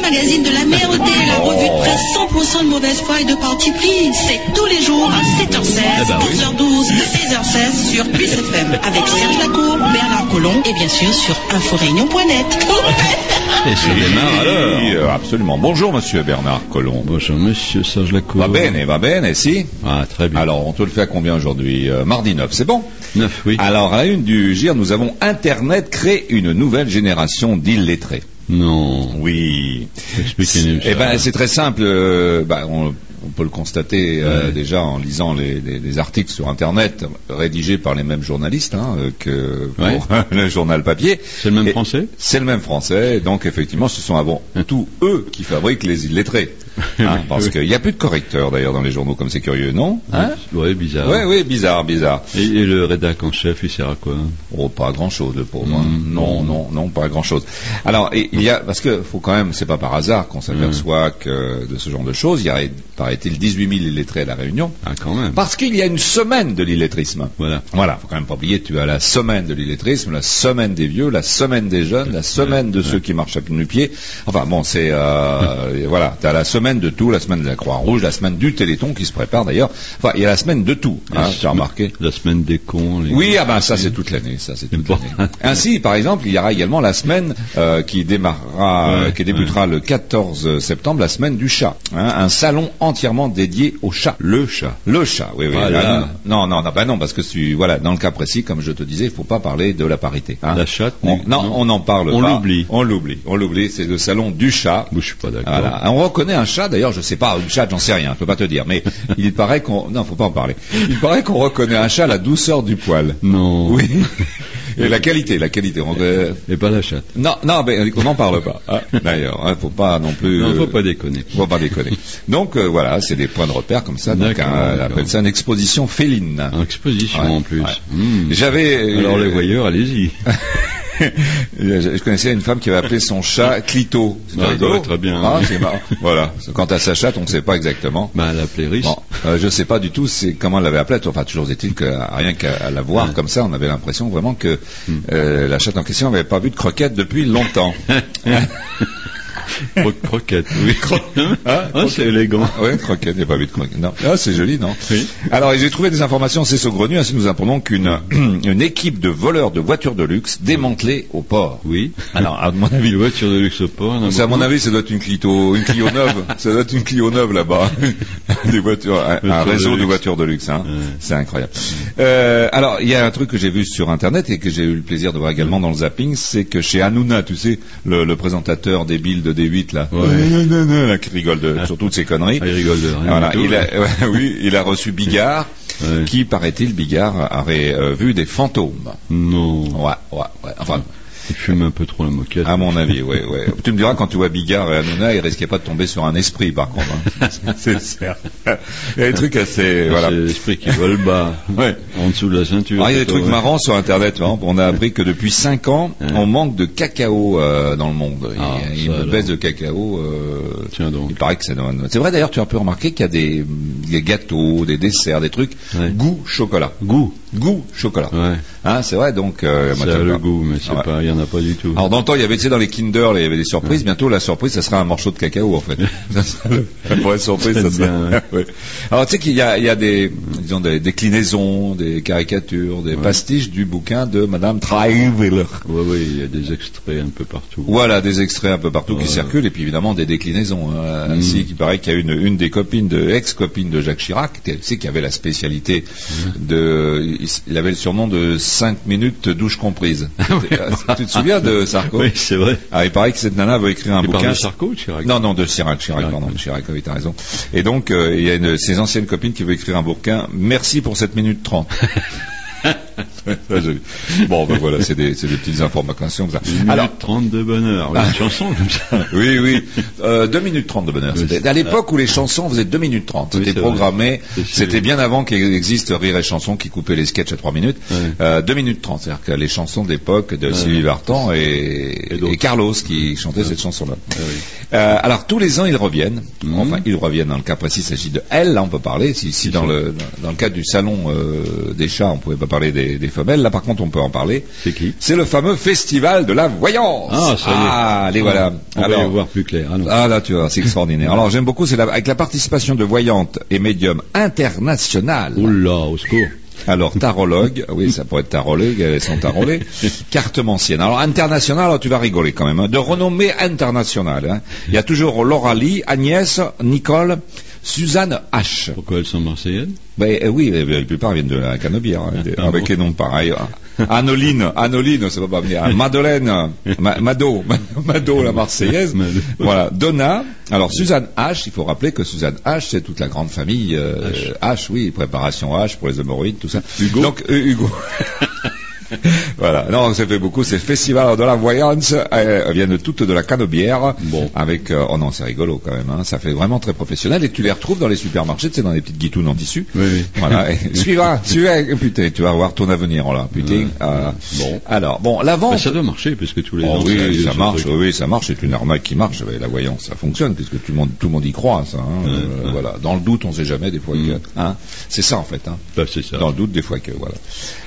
magazine de la merde et la revue de presse 100% de mauvaise foi et de parti pris. C'est tous les jours à 7h16, Ah bah oui. 11h12 et 16h16 sur Plus FM avec Serge Lacour, Bernard Collomb et bien sûr sur inforéunion.net. Et sur les mains, alors. Oui, euh, absolument. Bonjour, monsieur Bernard Colomb. Bonjour, monsieur Serge Lacour. Va bene, va bene, si Ah, très bien. Alors, on te le fait à combien aujourd'hui Euh, Mardi 9, c'est bon Neuf, oui. Alors, à la une du GIR, nous avons Internet crée une nouvelle génération d'illettrés. Non. Oui. Expliquez-nous ça. Eh ben, c'est très simple. euh, bah, on, on peut le constater euh, Ouais. déjà en lisant les, les- les articles sur Internet rédigés par les mêmes journalistes hein, euh, que pour Ouais. le journal papier. C'est le même Et- français C'est le même français, donc effectivement, ce sont avant tout eux qui fabriquent les illettrés. Hein, parce qu'il n'y a plus de correcteurs d'ailleurs dans les journaux, comme c'est curieux, non Hein Oui, bizarre. Ouais, oui, bizarre, bizarre. Et, et le rédac en chef, il sert à quoi Oh, pas grand chose, le pauvre. hein. Mm. Non, non, non, pas grand chose. Alors, et- il y a, parce que faut quand même, c'est pas par hasard qu'on s'aperçoit que de ce genre de choses, il y a, paraît-il, 18 000 illettrés à la Réunion, Ah, quand même. parce qu'il y a une semaine de l'illettrisme. Voilà. Voilà, faut quand même pas oublier, tu as la semaine de l'illettrisme, la semaine des vieux, la semaine des jeunes, la semaine de ceux qui marchent à pieds pied. Enfin bon, c'est euh, voilà, tu as la semaine de tout, la semaine de la Croix-Rouge, la semaine du Téléthon qui se prépare d'ailleurs. Enfin, il y a la semaine de tout, hein, La tu as remarqué. semaine- La semaine des cons. les- Oui, ah ben ça c'est toute l'année, ça c'est toute Bon. l'année. Ainsi, par exemple, il y aura également la semaine euh, qui démarrera, euh, Ouais, qui débutera le 14 septembre, la semaine du chat. Hein, un salon entièrement dédié au chat. Le chat. Le chat, oui, oui. Ah là. Ah, non, non, non, bah non, parce que tu, voilà, dans le cas précis, comme je te disais, il faut pas parler de la parité. hein. La chatte On- du- non, non. on en parle On pas. l'oublie. On l'oublie. On l'oublie. C'est le salon du chat. Moi, je suis pas d'accord. Voilà. On reconnaît un chat, d'ailleurs, je sais pas, une chatte, j'en sais rien, je peux pas te dire, mais il paraît qu'on, non, faut pas en parler. Il paraît qu'on reconnaît un chat à la douceur du poil. Non. Oui. Et la qualité, la qualité. On- euh, Et pas la chatte. Non, non, mais on n'en parle pas. hein, D'ailleurs, hein, faut pas non plus. Ah. Non, faut euh, pas déconner. faut pas déconner. Donc euh, voilà, c'est des points de repère comme ça. Donc D'accord, hein, on d'accord. appelle ça une exposition féline. En exposition Ouais, en plus. ouais. Hmm. J'avais. euh, Alors les voyeurs, allez-y. je je connaissais une femme qui avait appelé son chat Clito. C'est Ouais, rigolo. ouais, très bien. Ah, c'est marrant. voilà. Quant à sa chatte, on ne sait pas exactement. Bah, la playlist. Bon, euh, je sais pas du tout c'est comment elle l'avait appelée. Enfin, toujours est-il que à- rien qu'à à la voir comme ça, on avait l'impression vraiment que Hmm. euh, la chatte en question n'avait pas vu de croquette depuis longtemps. Cro- croquette, oui. Ah, ah, c'est élégant. Oui, croquette, il n'y a pas vu de croquette. Non. Ah, c'est joli, non Oui. Alors, et j'ai trouvé des informations assez saugrenues. Ainsi, nous apprenons qu'une une équipe de voleurs de voitures de luxe démantelée au port. Oui. Alors, à mon Les avis, voitures de luxe au port. non, ça, à mon beaucoup. avis, ça doit être une Clito, une Clio neuve. ça doit être une Clio neuve là-bas. Des voitures, un, un Voitures de réseau de, luxe. voitures de luxe. Hein. Ouais. C'est incroyable. Euh, alors, il y a un truc que j'ai vu sur Internet et que j'ai eu le plaisir de voir également dans le zapping, c'est que chez Hanouna, tu sais, le, le présentateur débile de D8 là, Euh, Ouais. là, qui rigole de, sur toutes ces conneries. Ah, il rigole de rien. Voilà, du tout. il a, ouais, oui, il a reçu Bigard, Ouais. qui, paraît-il, Bigard avait euh, vu des fantômes. Non. Ouais, Ah, ouais, ouais. Enfin, Il fume un peu trop la moquette. à mon avis, ouais, ouais. Tu me diras, quand tu vois Bigard et Hanouna, il risquait pas de tomber sur un esprit, par contre. hein. C'est certain. Il y a des trucs assez... Voilà. Ah, C'est l'esprit qui vole bas. Ouais. En dessous de la ceinture. Alors, il y a des trucs Ouais. marrants sur Internet. par exemple. On a appris que depuis 5 ans, Ouais. on manque de cacao euh, dans le monde. Ah, il y a ça, une alors. baisse de cacao. euh, Tiens Il donc. paraît que ça donne. C'est vrai d'ailleurs, tu as un peu remarqué qu'il y a des, des gâteaux, des desserts, des trucs Ouais. goût chocolat. Goût. Goût chocolat. Ouais. Hein, c'est vrai donc. euh, moi, ça a tu vois le pas. goût, mais c'est Ouais. pas, il y en a pas du tout. Alors dans le temps, il y avait tu sais, dans les Kinder, il y avait des surprises. Mm. Bientôt, la surprise, ça sera un morceau de cacao en fait. Ça sera le- la vraie surprise, ça Très sera. bien, ouais. Ouais. Alors tu sais qu'il y a, il y a des, disons, des déclinaisons, des caricatures, des pastiches du bouquin de Madame Trailer. Ouais, ouais, il y a des extraits un peu partout. Voilà, des extraits un peu partout qui Ouais. Mm. circulent et puis évidemment des déclinaisons. hein. Ainsi, il paraît qu'il y a une, une des copines, de, ex-copine de Jacques Chirac, tu sais, qui avait la spécialité Mm. de, il avait le surnom de 5 minutes douche comprise. tu te souviens de Sarko Oui, c'est vrai. Ah, il paraît que cette nana veut écrire un Il parle bouquin. de Sarko ou de Chirac Non, non, de Chirac, Chirac, Chirac, pardon, oui. Chirac, oui, t'as raison. Et donc, euh, il y a une, ses anciennes copines qui veulent écrire un bouquin. Merci pour cette minute 30. Ça, j'ai vu. bon, ben voilà, c'est des, c'est des petites informations comme ça. Alors, Ah. Alors, 30 de bonheur. Oui, Une chanson comme ça. oui, oui. Euh, 2 minutes 30 de bonheur. Oui, C'était c'est- à l'époque où les chansons faisaient 2 minutes 30. Oui, C'était c'est programmé. vrai. C'est- C'était bien avant qu'il existe Rire et Chanson qui coupait les sketchs à 3 minutes. Ouais. Euh, 2 minutes 30. C'est-à-dire que les chansons d'époque de Sylvie Vartan et, Et d'autres. et Carlos qui chantaient cette chanson-là. Ah oui. Euh, alors tous les ans ils reviennent. Mhm. Enfin ils reviennent. Dans le cas précis, il s'agit de elles. Là on peut parler. Si, si dans le dans le cadre du salon euh, des chats, on pouvait pas parler des, des femelles. Là par contre on peut en parler. C'est qui C'est le fameux festival de la voyance. Ah, ça y est. Ah, les voilà. On va Alors- y voir plus clair. Ah non. ah là, tu vois, c'est extraordinaire. Alors j'aime beaucoup, c'est la- avec la participation de voyantes et médiums internationales. Oula, au secours. Alors tarologue, ah oui, ça pourrait être tarologue, elles sont tarolées. Cartomancienne. Alors internationale, alors, tu vas rigoler quand même. hein. De renommée internationale. hein. Il y a toujours Laura Lee, Agnès, Nicole, Suzanne H. Pourquoi elles sont marseillaises Ben, euh, oui, euh, la plupart viennent de la Canebière, hein, Ah avec bon les noms pareils. hein. Anoline, Anoline, ça va pas venir. Madeleine, Ma- Mado, Mado, la Marseillaise. Mado. Voilà, Donna. Alors, Suzanne H, il faut rappeler que Suzanne H, c'est toute la grande famille euh, H. oui, préparation H pour les hémorroïdes, tout ça. Hugo. Donc, euh, Hugo. Voilà, non, ça fait beaucoup. C'est Festival de la Voyance. euh, Elles viennent toutes de la Canebière. Bon. Avec, euh, oh non, c'est rigolo quand même. hein. Ça fait vraiment très professionnel. Et tu les retrouves dans les supermarchés, tu sais, dans les petites guitounes en tissu. Oui, oui. Voilà. et- suivant, suivant. Putain, tu vas voir ton avenir là. Putain. euh, Bon. Alors, bon, la Bah, vente. Ça doit marcher, parce que tous les Oh ans... oui, ça ce marche, truc. oui, ça marche, c'est une arnaque qui marche, mais la voyance, ça fonctionne, puisque tout le monde, tout le monde y croit, ça. hein, euh, ouais. Voilà. Dans le doute, on sait jamais, des fois, Mm. que- hein, c'est ça, en fait, hein. Bah, c'est ça. Dans le doute, des fois que voilà.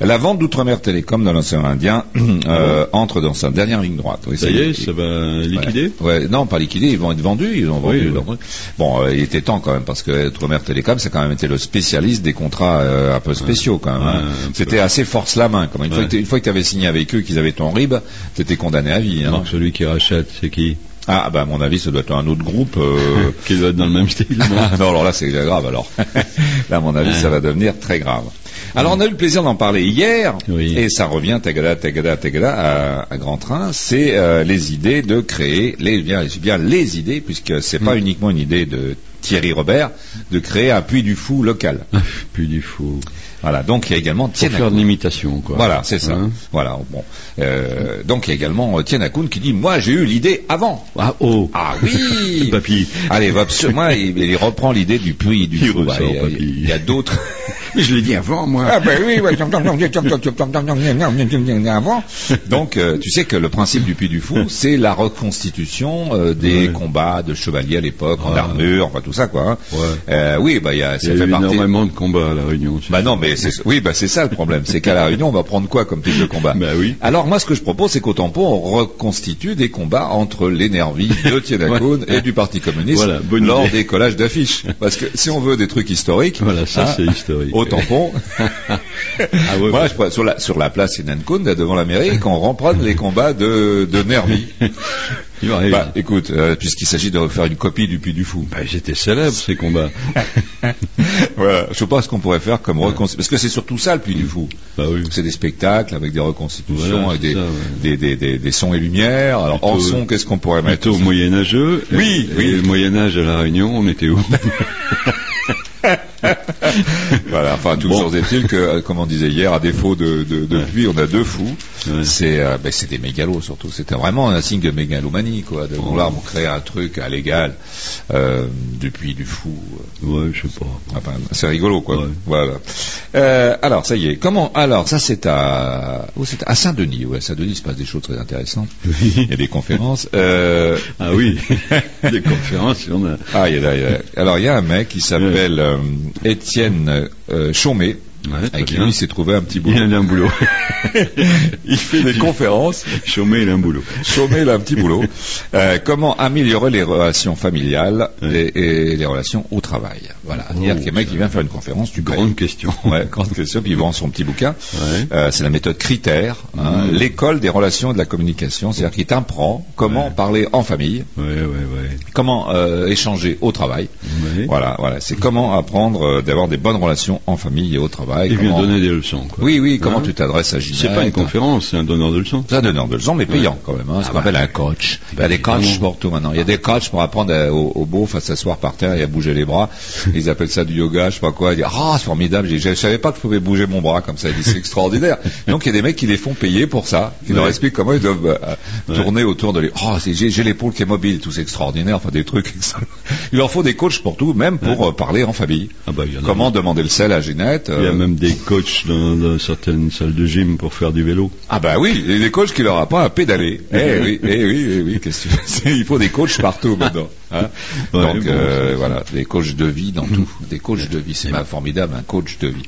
La vente d'outre-mer Télécom dans l'océan Indien euh, entre dans sa dernière ligne droite. Oui, Ah Ça y est, ça va liquider Ouais, non, pas liquidé, ils vont être vendus, ils ont Oui, vendu. oui. leur truc. Bon, euh, il était temps quand même parce que Outre-mer Télécom, ça a quand même été le spécialiste des contrats euh, un peu spéciaux quand même. hein. Ouais, un peu. C'était assez force la main. Quand même. Une, fois Ouais. que t'es- une fois que tu avais signé avec eux, qu'ils avaient ton RIB, tu étais condamné à vie. hein. Alors, celui qui rachète, c'est qui Hein Ah, bah à mon avis, ça doit être un autre groupe. euh, Qui doit être dans le même style Ah, non, alors là, c'est grave, alors. là, à mon avis, ça va devenir très grave. Alors, on a eu le plaisir d'en parler hier, Oui. et ça revient, tagada, tagada, tagada, à, à grand train, c'est euh, les idées de créer, les, bien, je dis bien les idées, puisque c'est Hmm. pas uniquement une idée de Thierry Robert, de créer un puits du fou local. Puis Ah, du fou. Voilà, donc il y a également Pour Tiens, faire de l'imitation, quoi. voilà, c'est ça. Hein voilà, bon. Euh, donc il y a également euh, Tiana Kuhn qui dit, moi j'ai eu l'idée avant. Ah, oh Ah oui Papy Allez, va absolument- moi, il, il reprend l'idée du puits du Il fou. bah, ressort, il y a- papy. il y a d'autres. Je l'ai dit avant, moi. Ah ben oui, ouais. avant. Donc, euh, tu sais que le principe du Puy du Fou, c'est la reconstitution euh, des Ouais. combats de chevaliers à l'époque, en Ouais. armure, enfin tout ça, quoi. hein. Ouais. Euh, oui, bah, il y a, Il y ça a fait eu partie. énormément de combats à La Réunion. c'est Bah ça. non, mais c'est, oui, bah c'est ça le problème, c'est qu'à la Réunion, on va prendre quoi comme type de combat Bah oui. Alors moi, ce que je propose, c'est qu'au tampon, on reconstitue des combats entre les nervis de Tiédacoune Ouais. et du Parti communiste Voilà, bonne lors idée. des collages d'affiches. Parce que si on veut des trucs historiques, hein, Voilà, ça, c'est historique. Au tampon, Ah Moi, ouais, bah, je pourrais- sur, la, sur la place Inankun, là, devant la mairie, qu'on reprenne les combats de, de nervis. Ah il va arriver. Bah, euh, écoute, euh, puisqu'il s'agit de faire une copie du Puy du Fou. Bah, ils étaient célèbres, ces combats. Voilà. Je sais pas ce qu'on pourrait faire comme reconstitution. Parce que c'est surtout ça, le Puy du Fou. Bah oui. C'est des spectacles avec des reconstitutions, Voilà, avec c'est des, ça, ouais. des, des, des- des sons et lumières. Alors, en Plutôt- son, qu'est-ce qu'on pourrait mettre Plutôt Bah, moyenâgeux. Et- Oui, et oui. Le Moyen-Âge à La Réunion, on était où Voilà, enfin, toujours est-il que, euh, comme on disait hier, à défaut de, de, de pluie, on a deux fous. Ouais. C'est euh, ben, c'est des mégalos surtout. C'était vraiment un signe de mégalomanie, quoi, Oh. de vouloir créer un truc à l'égal euh, depuis du fou. euh. Ouais, je sais pas. Ah ben, c'est rigolo, quoi. Ouais. Voilà. Euh, alors, ça y est. Comment Alors, ça c'est à où c'est à Saint-Denis. Ouais, à Saint-Denis, il se passe des choses très intéressantes. Il y a des conférences. Euh, Ah oui, des conférences, il y en a. ah, il y a- il y a- alors il y a un mec qui s'appelle euh, Étienne euh, Chaumet. Ouais, très avec qui bien. lui, il s'est trouvé un petit boulot. Il a un boulot. il fait des conférences. Chômé, il a un boulot. Chaumet, il a un petit boulot. Euh, comment améliorer les relations familiales et, et les relations au travail. Voilà. C'est-à-dire Oh, qu'il y a un mec qui vient faire une conférence, tu Grande question. Ouais, grande question, puis il vend son petit bouquin. Ouais. Euh, c'est la méthode critère, hein, Mhm. l'école des relations et de la communication, c'est-à-dire qu'il t'apprend comment Ouais. parler en famille, Ouais, ouais, ouais. comment euh, échanger au travail. Ouais. Voilà, voilà, c'est comment apprendre euh, d'avoir des bonnes relations en famille et au travail. Il vient comment- donner des leçons, quoi. Oui, oui, comment Hein tu t'adresses à Ginette. C'est pas une conférence, c'est un donneur de leçons. Ça donne de leçons, mais payant quand même. Ah Hein. Ça s'appelle un coach. Il y a des coachs évidemment. pour tout maintenant. Il y a des coachs pour apprendre à- aux, aux beaufs à s'asseoir par terre et à bouger les bras. bras. Ils appellent ça du yoga, je sais pas quoi. Ils disent, ah, c'est formidable, j'ai- je savais pas que je pouvais bouger mon bras comme ça. Ils disent, C'est extraordinaire. Donc il y a des mecs qui les font payer pour ça. Ils leur Ouais. expliquent comment ils doivent euh, tourner autour de les. Oh, c'est- j'ai j'ai l'épaule qui est mobile, tout c'est extraordinaire. Enfin des trucs. extra- Il leur faut des coachs pour tout, même pour euh, parler en famille. Ah bah, il y en a. Comment demander le sel à Ginette Il y a euh, même des coachs dans, dans certaines salles de gym pour faire du vélo. Ah bah oui, et des coachs qui leur apprennent à pédaler. Eh oui, eh oui, eh oui, qu'est-ce que tu veux C'est- Il faut des coachs partout maintenant. hein. Ouais, Donc bon, euh, voilà, des coachs de vie dans tout. Des coachs de vie, c'est pas formidable, un Mm. coach de vie.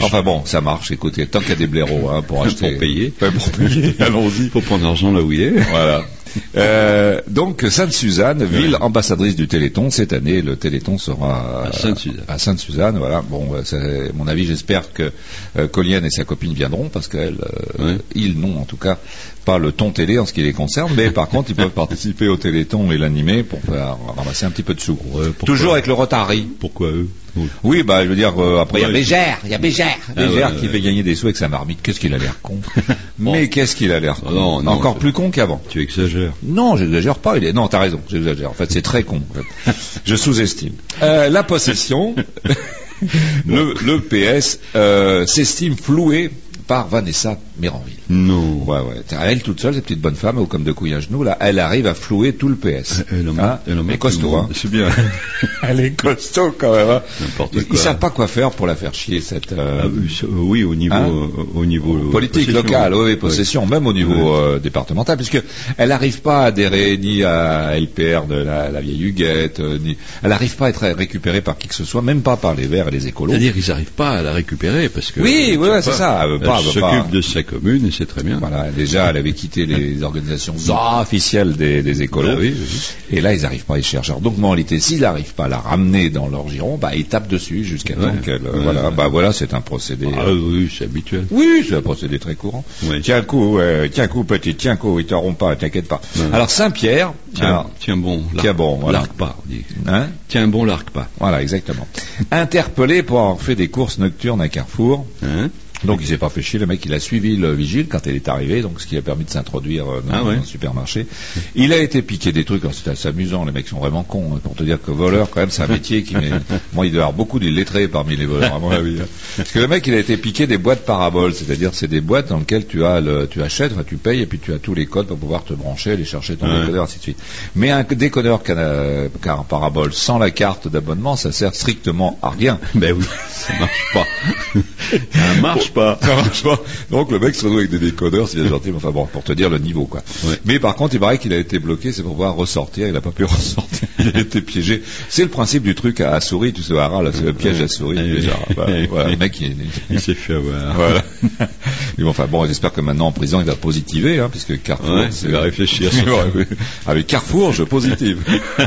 Enfin bon, ça marche, écoutez, tant qu'il y a des blaireaux hein, pour acheter. payer. Ouais, pour payer, allons-y. Faut prendre l'argent là où il est. Voilà. Euh, donc Sainte-Suzanne, ville ambassadrice du Téléthon, cette année le Téléthon sera À Sainte-Suzanne. à Sainte-Suzanne, voilà. Bon, euh, c'est- à mon avis, j'espère que euh, Collienne et sa copine viendront parce qu'elles, euh, Ouais. ils n'ont en tout cas pas le ton télé en ce qui les concerne, mais par contre, ils peuvent participer au Téléthon et l'animer pour faire ramasser un petit peu de sous. Ouais, pourquoi- Toujours avec le Rotary. Pourquoi eux Oh, Oui. Oui, bah, je veux dire, euh, après, il y a Ouais. Bégère, il y a Bégère, Ah, Bégère ouais, qui ouais. fait gagner des sous avec sa marmite. Qu'est-ce qu'il a l'air con. Mais qu'est-ce qu'il a l'air con. Ah non, non, Encore c'est- plus con qu'avant. Tu exagères. Non, j'exagère pas. Il est... Non, t'as raison, j'exagère. En fait, c'est très con. en fait. Je sous-estime. Euh, la possession, le, le PS euh, s'estime floué par Vanessa Méranville. Non. Ouais, ouais. T'as- Elle toute seule, cette petite bonne femme, ou comme de couille à genoux, là, elle arrive à flouer tout le PS. Euh, Elle en met- Hein elle en met Mais costaud, tout le hein. monde. C'est bien. Elle est costaud quand même. hein. N'importe Ils, ils quoi. savent pas quoi faire pour la faire chier, cette... euh, Ah, oui, ça- oui, au niveau, Hein euh, au niveau euh, politique possession. locale, oui, possession, même au niveau euh, départemental, puisque elle n'arrive pas à adhérer ni à LPR de la, la vieille Huguette, euh, ni elle n'arrive pas à être récupérée par qui que ce soit, même pas par les Verts et les écolos. C'est-à-dire ils n'arrivent pas à la récupérer parce que Oui, euh, ouais, ouais, c'est ça. euh, elle pas- pas- s'occupe de sa commune et c'est très bien. Voilà, déjà, elle avait quitté les organisations officielles des, des écolos. Ah oui, oui. Et là, ils n'arrivent pas à y chercher. Alors, Donc, en réalité, s'ils n'arrivent pas à la ramener dans leur giron, bah, ils tapent dessus jusqu'à temps Ouais. qu'elle. euh, Ouais, voilà, ouais. bah voilà, c'est un procédé. Ah euh, oui, c'est habituel. Oui, c'est un procédé très courant. Oui. Tiens coup, euh, tiens coup petit, tiens coup, ils t'auront pas, t'inquiète pas. Ouais. Alors Saint-Pierre, Tiens, alors, tiens bon, l'arc, Tiens bon, voilà. l'arc pas. on dit. hein, Tiens bon, l'arc pas. voilà exactement, interpellé pour avoir fait des courses nocturnes à Carrefour. Hein Donc il s'est pas fait chier, le mec il a suivi le vigile quand il est arrivé, donc ce qui a permis de s'introduire euh, dans, Ah ouais. dans le supermarché. Il a été piqué des trucs, alors c'était assez amusant, les mecs sont vraiment cons, hein, pour te dire que voleur quand même c'est un métier qui... met- Moi il doit y avoir beaucoup de lettrés parmi les voleurs à mon avis. hein. Parce que le mec il a été piqué des boîtes paraboles, c'est-à-dire c'est des boîtes dans lesquelles tu, as le, tu achètes, enfin, tu payes et puis tu as tous les codes pour pouvoir te brancher, aller chercher ton Ouais. décodeur, ainsi de suite. Mais un décodeur cana- car parabole sans la carte d'abonnement ça sert strictement à rien. Ben oui, ça marche pas. ça marche pas. Ça marche pas. Donc le mec se retrouve avec des décodeurs, c'est bien gentil, mais enfin bon, pour te dire le niveau quoi. Ouais. Mais par contre, il paraît qu'il a été bloqué, c'est pour pouvoir ressortir, il n'a pas pu ressortir, il a été piégé. C'est le principe du truc à, à souris, tu sais, à râle, c'est le piège à souris. Ouais, déjà. ouais. Bah, voilà, le mec, il, Ah Il s'est fait avoir. voilà. Mais bon, enfin bon, j'espère que maintenant en prison, il va positiver, hein, puisque Carrefour, Ouais, il va réfléchir sur ça. Ouais, ouais. Avec Carrefour, je positive.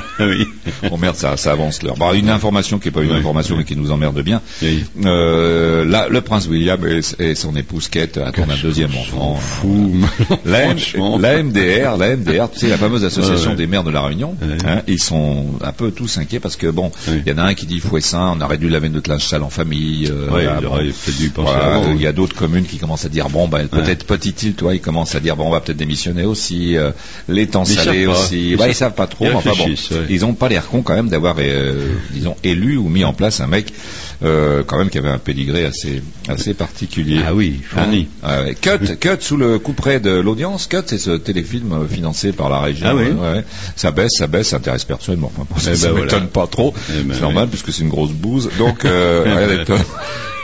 oui. Bon merde, ça, ça avance l'heure. Bah, une information qui n'est pas une Ouais. information, mais qui nous emmerde bien. Oui. Euh, là, le prince William et, et son épouse Kate Ah, attendent un deuxième enfant. hein. Fou. La, M- Franchement. la MDR, la MDR, tu sais, la fameuse association Ouais, ouais. des maires de la Réunion, Ouais. hein, ils sont un peu tous inquiets parce que bon, il Oui. y en a un qui dit faut ça, on aurait dû laver notre linge sale en famille. euh, Ouais, voilà, il bon. aurait peut-être dû y penser Voilà, avant, Il y ouais. a d'autres communes qui commencent à dire bon, ben, peut-être petite île, toi, ils commencent à dire bon, on va peut-être démissionner aussi. euh, les temps Ils salés savent pas. aussi. Ils Ouais, savent- ils savent pas trop. ils mais enfin bon, réfléchissent, ouais. ils ont pas l'air cons quand même d'avoir, euh, disons, élu ou mis en place un mec euh, quand même qui avait un pédigré assez assez particulier. Ah oui, fourni. Ah ouais. Cut, Cut, sous le coup près de l'audience, Cut, c'est ce téléfilm euh, financé par la région. Ah oui. Ouais, ouais. Ça baisse, ça baisse, ça intéresse personne. Bon, enfin, bon, ça Eh ben ça voilà. m'étonne pas trop. Eh ben c'est normal, puisque c'est une grosse bouse. Donc, euh, rien d'étonnant.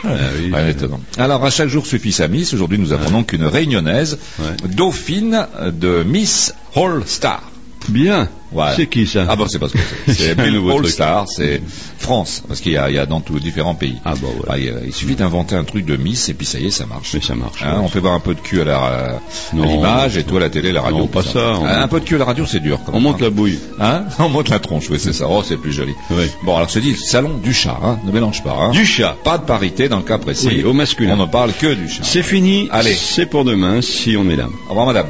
Ah oui. Rien d'étonnant. Alors, à chaque jour suffit sa Miss. Aujourd'hui, nous apprenons qu'une réunionnaise, Ouais. dauphine de Miss All Star. Bien. Voilà. C'est qui ça Ah bon, c'est parce que c'est. C'est C'est un Bill nouveau All truc. Star, c'est France, parce qu'il y a, il y a dans tous différents pays. Ah bon, voilà. Bah, il, y a- il suffit d'inventer un truc de Miss et puis ça y est, ça marche. Mais ça marche. Hein, on fait voir un peu de cul à la- à Non. l'image et toi à la télé, à la radio. Hein, Non, pas ça, on- Un peu de cul à la radio, c'est dur. Quand On même, monte hein. la bouille. Hein on monte la tronche, oui, c'est ça. Oh, c'est plus joli. Oui. Bon, alors je te dis, salon du chat, hein, ne mélange pas. Hein. Du chat. Pas de parité dans le cas précis. Oui, au masculin. On ne parle que du chat. C'est fini. Allez. C'est pour demain si on est là. Au revoir, madame.